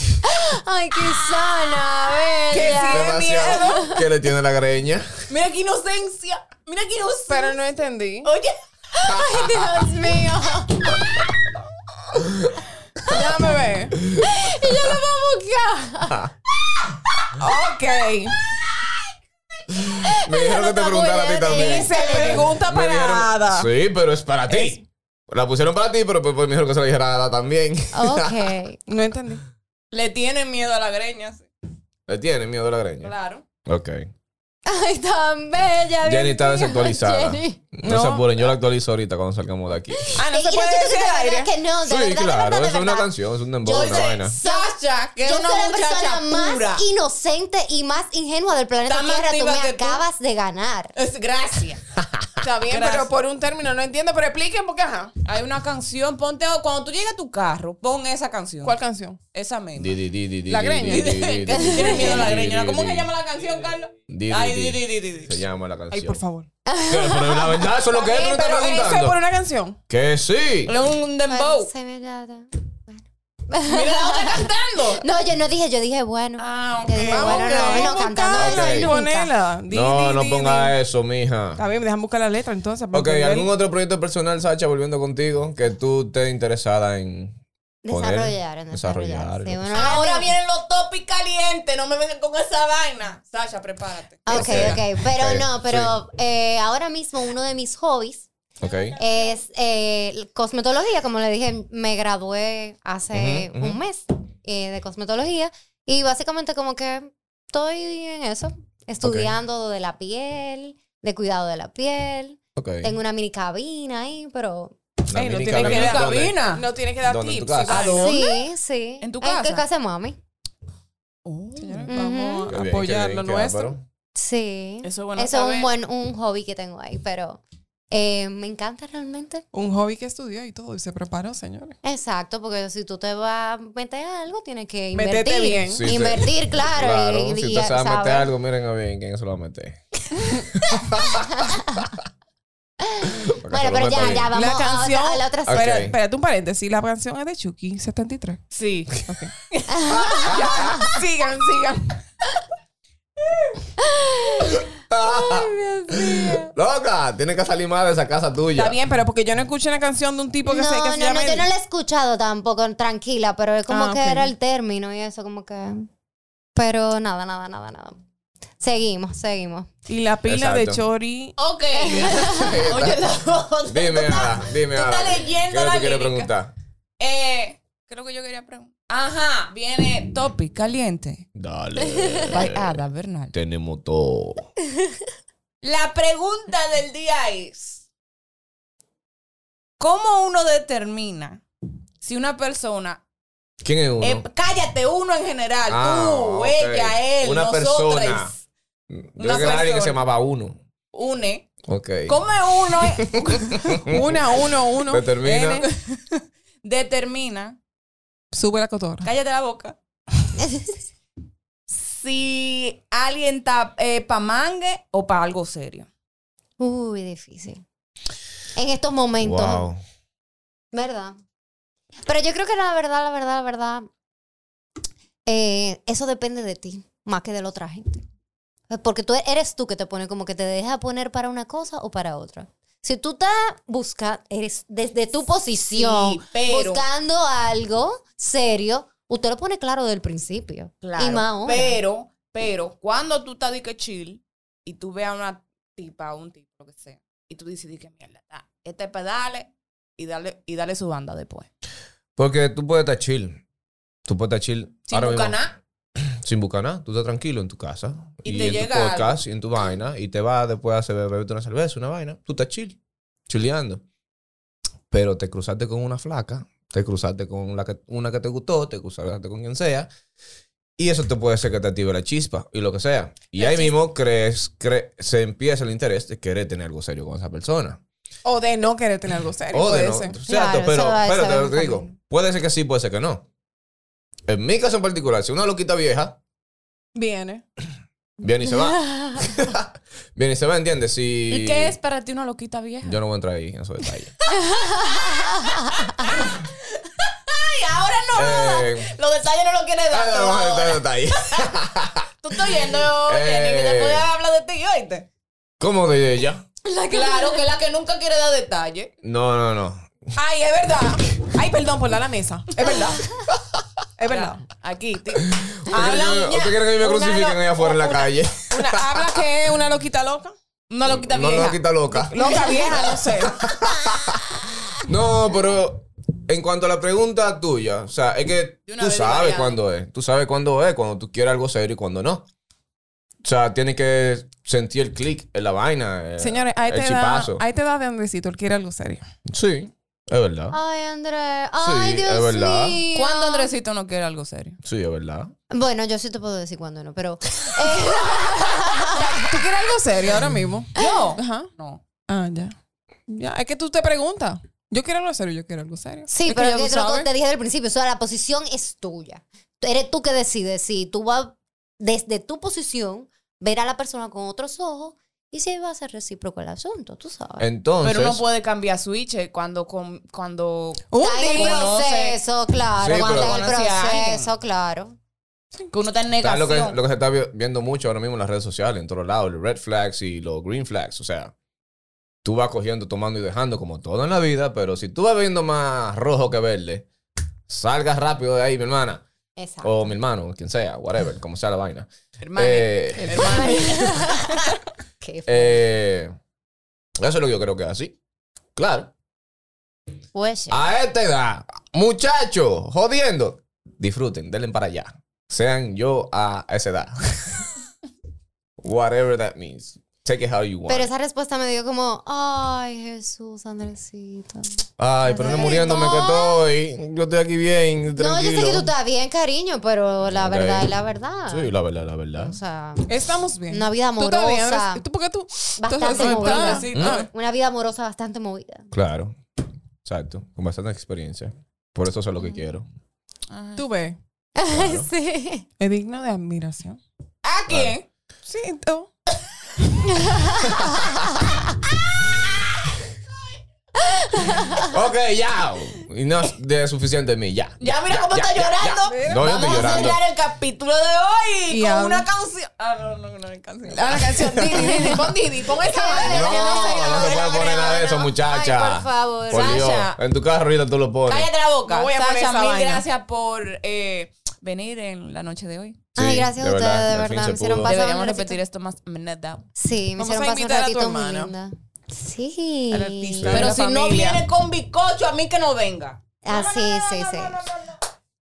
Ay, qué sana, bella.
demasiado que le tiene la greña.
Mira qué inocencia. Mira qué inocencia.
Pero no entendí.
Oye. Ah,
Ay, Dios mío.
Ya me ve.
Y yo lo voy a buscar.
Ok.
Me dijeron que te preguntara a ti
Y
también.
se pregunta
Me
para
dijeron-
nada.
Sí, pero es para ti. La pusieron para ti, pero pues, pues, me dijeron que se la dijera a Ada también.
Ok.
No entendí.
Le tiene miedo a la greña. sí.
¿Le tiene miedo a la greña?
Claro.
Ok.
Ay, tan bella. Dios
Jenny está
mío,
desactualizada.
Jenny.
No,
No.
se apuren, yo la actualizo ahorita cuando salgamos de aquí.
Ah, no
Eh,
se
y yo
puede
siento
decir
que de
al
verdad
aire.
que no, de
Sí,
verdad, de
claro,
verdad, de
es una
verdad.
canción, es un dembow, una
sé-
vaina.
Sasha, que es
Yo
una
soy la
muchacha
persona
pura.
más inocente y más ingenua del planeta
Está más
Tierra. Tú
activa
me
que tú.
acabas de ganar.
Es- gracias.
Está bien,
Gracias.
pero por un término no entiendo, pero expliquen porque ajá.
Hay una canción, ponte cuando tú llegues a tu carro, pon esa canción.
¿Cuál canción?
Esa misma.
Di, di, di, di, di,
La
di,
greña.
di,
Que
di, di, di,
si tiene miedo a la
di,
greña.
di,
¿Cómo
di,
que
di.
llama la canción, Carlos?
Di, di,
Ay,
di.
di, di, di, di,
Se
di.
llama la
Ay,
canción.
por favor.
Pero, pero la verdad, eso es lo que es, tú no
Bien,
estás
pero eso es por
preguntando.
una canción.
Que sí.
Es un dembow.
Bueno, se me da- bueno.
Mira la otra cantando.
No, yo no dije, yo dije, bueno.
Ah, ok.
Yo dije,
Vamos,
bueno,
ok.
no, no,
Vamos,
cantando
buscar, ok.
no soy
Carla,
nunca.
ponela. Di,
No,
di,
no
di,
ponga
di.
eso, mija.
Está bien, déjame buscar la letra entonces. para
Ok,
entender.
¿algún otro proyecto personal, Sacha, volviendo contigo, que tú estés interesada en poner?
Desarrollar, en desarrollar.
desarrollar?
Sí, bueno,
Ahora
no-
vienen los topics calientes. No me vengan con esa vaina. Sasha, prepárate.
Ok, ok. Pero
Ok,
no, pero eh, ahora mismo uno de mis hobbies
Ok.
es eh, cosmetología. Como le dije, me gradué hace
Ujú, ujú.
un mes eh, de cosmetología y básicamente como que estoy en eso, estudiando de la piel, de cuidado de la piel.
Ok.
Tengo una mini cabina ahí, pero...
Una
Ey, no
mini
tiene que
cabina.
ver
¿Dónde?
cabina.
No tienes que dar
¿Dónde? ¿En
tips.
tu casa?
igual.
Sí, sí.
¿En tu
¿En
casa?
qué casa, de mami?
Señores,
Ujú.
Vamos
Qué
a
bien,
apoyar
qué bien,
lo
qué
nuestro.
bárbaro.
Sí.
Eso es bueno.
Eso es un buen un hobby que tengo ahí, pero eh, me encanta realmente.
Un hobby que estudió y todo y se preparó, señores.
Exacto, porque si tú te vas a meter a algo, tienes que invertir.
Métete bien.
Sí, sí.
Invertir, claro.
Claro,
y,
si
y
usted
ya
se va a meter
sabes.
algo, miren a bien quién se lo va a meter.
Bueno, pero ya, ya, vamos
La
a otra-
canción-
a, la otra
Ok.
Espera, espérate un paréntesis. La canción es de Chucky 73.
Sí.
Ya, sigan, sigan.
Loca, tienes que salir más de esa casa tuya.
Está bien, pero porque yo no escuché una canción de un tipo que se, que
No,
se
no, no,
llama.
yo no la he escuchado tampoco, tranquila, pero es como
Ah,
que
ok.
era el término y eso, como que. Pero nada, nada, nada, nada. Seguimos, seguimos.
Y la pila de
Exacto.
Chori.
Ok. Oye, la otra.
Dime ahora, dime
tú
ahora.
estás leyendo
¿Qué es lo
la
que quieres
lírica?
preguntar?
Eh, creo que yo quería preguntar. Ajá, viene topic caliente. By
Dale.
Ada Bernal.
Tenemos todo.
La pregunta del día es: ¿Cómo uno determina si una persona.
¿Quién es uno?
Eh, cállate, uno en general.
Ah,
tú,
ok.
ella, él,
Una
nosotras.
persona. Yo
una
creo que era alguien que se
persona.
llamaba uno.
Une.
Ok.
¿Cómo uno eh.
Una, uno, uno.
Determina.
N.
determina?
Sube la cotorra.
Cállate la boca. si alguien está para mangue o para algo serio.
Uy, difícil. En estos momentos.
Wow.
¿Verdad? Pero yo creo que la verdad, la verdad, la verdad, eh, eso depende de ti, más que de la otra gente. Eh, Porque tú eres tú que te pone como que te deja poner para una cosa o para otra. Si tú estás buscando, eres desde tu posición,
Sí, pero-
buscando algo serio, usted lo pone claro del principio.
Claro.
Y más ahora.
Pero, pero, cuando tú estás de que chill y tú veas a una tipa o un tipo, lo que sea, y tú dices, di que mierda, está, este pedale y dale, y dale su banda después.
Porque tú puedes estar chill. Tú puedes estar chill.
Sin
ahora
buscar
mismo.
nada.
Sin buscar nada. Tú estás tranquilo en tu casa.
Y
Y,
te
en
llega
tu podcast y en tu vaina. Y te vas después a hacer beberte una cerveza, una vaina. Tú estás chill. Chileando. Pero te cruzaste con una flaca. Te cruzaste con la que- una que te gustó. Te cruzaste con quien sea. Y eso te puede hacer que te active la chispa y lo que sea. Y ahí mismo crees, cre- se empieza el interés de querer tener algo serio con esa persona.
O de no querer tener algo serio.
O de
puede
no.
ser.
Exacto,
Claro, eso
pero,
va- eso
pero
va
te lo
en el
digo.
camino.
Puede ser que sí, puede ser que no. En mi caso en particular, si una loquita vieja
Viene.
viene y se va, viene y se va, ¿entiendes? Si...
¿Y qué es para ti una loquita vieja?
Yo no voy a entrar ahí en esos detalles.
Ay, ahora
Eh,
Los detalles no lo quieres
ah, no, vamos a entrar en detalles.
Tú estás oyendo, Jenny, que
Eh.
te podías hablar de ti, ¿oíste?
¿Cómo de ella?
Claro, que la que nunca quiere dar detalles.
No, no, no.
Ay, es verdad. Ay, perdón por la la mesa. Es verdad. Es verdad.
Aquí, ti-
¿Usted quiere que
habla
me-
uña.
usted quiere que me
una
crucifiquen
lo-
allá afuera en la
una-
calle?
Una, habla que es una loquita loca.
Una loquita
No,
vieja.
no, quita loca.
Loca vieja, no sé.
No, pero en cuanto a la pregunta tuya, o sea, es que
De una
tú
vez
sabes
variado.
cuándo es. Tú sabes cuándo es, cuando tú quieres algo serio y cuando no. O sea, tienes que sentir el clic en la vaina. eh,
Señores, ahí
el
te, da,
chipazo.
ahí te da de Andresito, él quiere algo serio.
Sí, es verdad.
Ay, Andrés. Ay,
Sí, es
Dios
verdad.
mío.
¿Cuándo Andresito no quiere algo serio?
Sí, es verdad.
Bueno, yo sí te puedo decir cuándo no, pero...
¿Tú quieres algo serio ahora mismo?
Yo.
Ajá.
No.
Ah, ya. Ya, es que tú te preguntas. Yo quiero algo serio, yo quiero algo serio.
Sí,
Es
pero
ya
yo
tú
creo que
sabes.
te dije del principio, o sea, la posición es tuya. Tú- Eres tú que decides si tú vas desde tu posición ver a la persona con otros ojos Y sí va a ser recíproco el asunto, tú sabes.
Entonces,
Pero uno puede cambiar switch eh, cuando, com- cuando
Un
Está en el
día.
proceso, claro.
Sí,
cuando
pero-
está en
Conoce a
el
alguien.
proceso, claro.
que uno está en
está lo
negación.
que, lo que se está vi- viendo mucho ahora mismo en las redes sociales, en todos lados, los red flags y los green flags. O sea, tú vas cogiendo, tomando y dejando, como todo en la vida, pero si tú vas viendo más rojo que verde, salgas rápido de ahí, mi hermana.
Exacto.
O mi hermano, quien sea, whatever, como sea la vaina.
hermano.
Eh,
Hermano.
Qué f-
eh, eso es lo que yo creo que es así. Claro.
pues, sí.
A esta edad, muchachos, jodiendo, disfruten, denle para allá. Sean yo a esa edad. Whatever that means. Take it how you want.
Pero esa respuesta me dio como, ay, Jesús, Andresito.
Ay, pero no muriéndome que estoy. Yo estoy aquí bien, tranquilo.
No, yo sé que tú estás bien, cariño, pero la
Ok.
verdad es la verdad.
Sí, la verdad, la verdad.
O sea,
Estamos bien.
una vida
¿Tú estás bien?
amorosa.
¿Tú por qué tú?
Bastante
tú
movida.
estás así,
Mm.
ah,
Una vida amorosa bastante movida.
Claro. Exacto. Con bastante experiencia. Por eso sé lo que quiero.
Ah, Tú ves.
sí.
Es digno de admiración.
¿A quién?
Sí, tú.
Ok, ya. Y no es de suficiente de mí, ya.
Ya mira cómo está
ya, ya.
llorando.
No, yo
Vamos
estoy
a
llorando.
cerrar el capítulo de hoy
Y
con
habla.
una canción. Ah, no, no, no, no, canción.
La canción.
Didi, Didi, pon Didi, pon esa vaina.
No,
que no sé,
no se puede
no,
poner
no,
nada de
no.
eso, muchacha.
Ay, por favor.
Por Dios.
Sasha.
En tu carro ahorita tú lo pones.
Cállate la boca.
No voy a poner
Sasha,
esa
mil
vaina.
gracias por eh, venir en la noche de hoy.
Sí,
Ay, gracias
de
a ustedes,
verdad,
de
al fin
verdad.
se
Me hicieron
pudo.
pasar
Deberíamos
un ratito.
repetir esto más. Mineta.
Sí, me
Vamos
hicieron
a
pasar un
invitar a tu
ratito muy
hermana.
linda. Sí.
Al artista.
Pero
Pero
la
si no
familia.
viene con bizcocho, a mí que no venga.
Así, ah, sí, sí.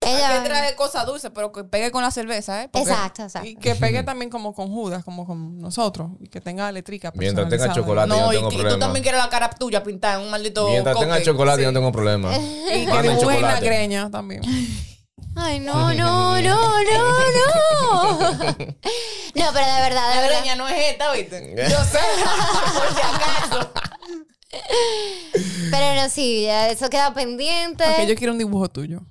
Hay que
Ella.
trae cosas dulces, pero que pegue con la cerveza, ¿eh? Porque-
Exacto, exacto.
Y que pegue también como con Judas, como con nosotros. Y que tenga letrica.
Mientras tenga
personalizada.
chocolate. yo
No,
no
y,
tengo
y tú
problema.
también quieres la cara tuya pintada en un maldito.
Mientras tenga
cupcake.
chocolate,
Sí.
yo no tengo problema.
Y que
Manden
dibujen la
chocolate.
greña también.
Ay, no, no, no, no, no. No, pero de verdad, de
La
verdad.
greña no es esta, ¿viste?
Eh.
Yo sé, por si acaso.
Pero no, sí, ya eso queda pendiente.
Porque yo quiero un dibujo tuyo.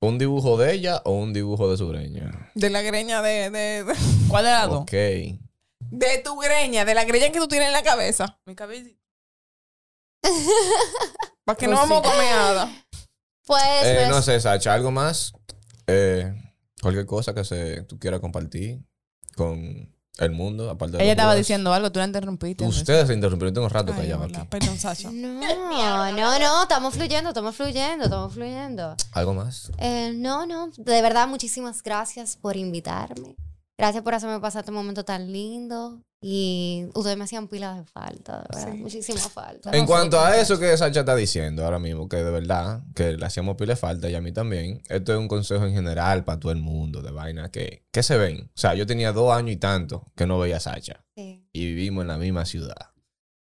¿Un dibujo de ella o un dibujo de su greña?
De la greña de. de, de,
¿Cuál de las dos?
Ok.
de tu greña, de la greña que tú tienes en la cabeza.
Mi cabeza.
Para que
Pues
no
sí.
vamos a comer nada.
Pues,
Eh,
pues,
no sé, Sacha, ¿algo más? Eh, cualquier cosa que se, tú quieras compartir con el mundo, aparte de los
Ella estaba
juegos.
diciendo algo, tú la interrumpiste.
Ustedes se interrumpieron, tengo rato
Ay,
callado
verdad.
aquí.
Perdón, Sasha.
No, no, no, estamos fluyendo, estamos fluyendo, estamos fluyendo.
¿Algo más?
Eh, no, no, de verdad, muchísimas gracias por invitarme. Gracias por hacerme pasar este momento tan lindo. Y ustedes me hacían pilas de falta, de verdad.
Sí.
Muchísima falta.
En cuanto a eso que Sacha está diciendo ahora mismo, que de verdad, que le hacíamos pile falta y a mí también, esto es un consejo en general para todo el mundo de vaina que, que se ven. O sea, yo tenía dos años y tanto que no veía a Sacha
Sí.
y vivimos en la misma ciudad.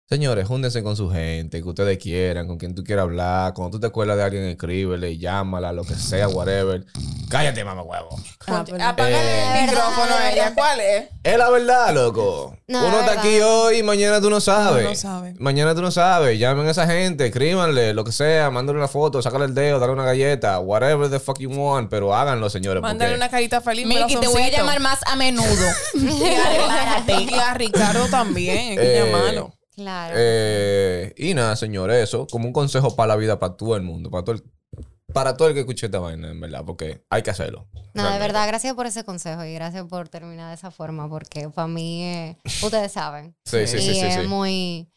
Señores, júndense con su gente, que ustedes quieran, con quien tú quieras hablar. Cuando tú te acuerdas de alguien, escríbele, llámala, lo que sea, whatever. Cállate, mamá huevo.
Ah, perdón.
Eh,
el
micrófono a ella. ¿Cuál es?
es la verdad, loco.
No,
Uno
la
está
verdad.
aquí hoy y mañana tú no sabes.
Uno no sabe.
Mañana tú no sabes. Llamen a esa gente, escríbanle, lo que sea, mándale una foto, sácale el dedo, dale una galleta, whatever the fuck you want, pero háganlo, señores.
Mándale
porque-
una carita feliz.
Miki, te voy a
corazoncito.
llamar más a menudo. Y arreglárate.
Y a Ricardo también. Hay que
Eh,
llamarlo.
Claro.
Eh, y nada, señores, eso, como un consejo para la vida, para todo el mundo, para todo el, para todo el que escuche esta vaina, en verdad, porque hay que hacerlo.
No, de
Realmente.
verdad, gracias por ese consejo y gracias por terminar de esa forma, porque para mí, eh, ustedes saben.
Sí, sí, sí,
y
sí.
es
sí.
muy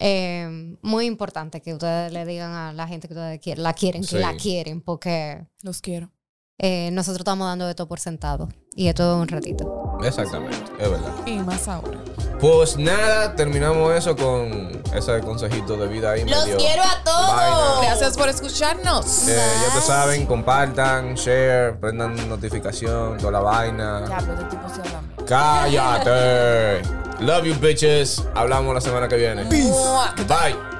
eh, muy importante que ustedes le digan a la gente que ustedes quieren, la quieren, que
Sí.
la quieren, porque
Los quiero.
eh, nosotros estamos dando esto por sentado. Y esto es un ratito.
Exactamente, es verdad.
Y más ahora.
Pues nada, terminamos eso con ese consejito de vida ahí.
Los
medio
quiero a todos.
vaina.
Gracias por escucharnos.
Eh, ya te saben, compartan, share, prendan notificación, toda la vaina.
Ya, pero de tipo se habla.
Cállate. Love you bitches. Hablamos la semana que viene.
Mua.
Bye.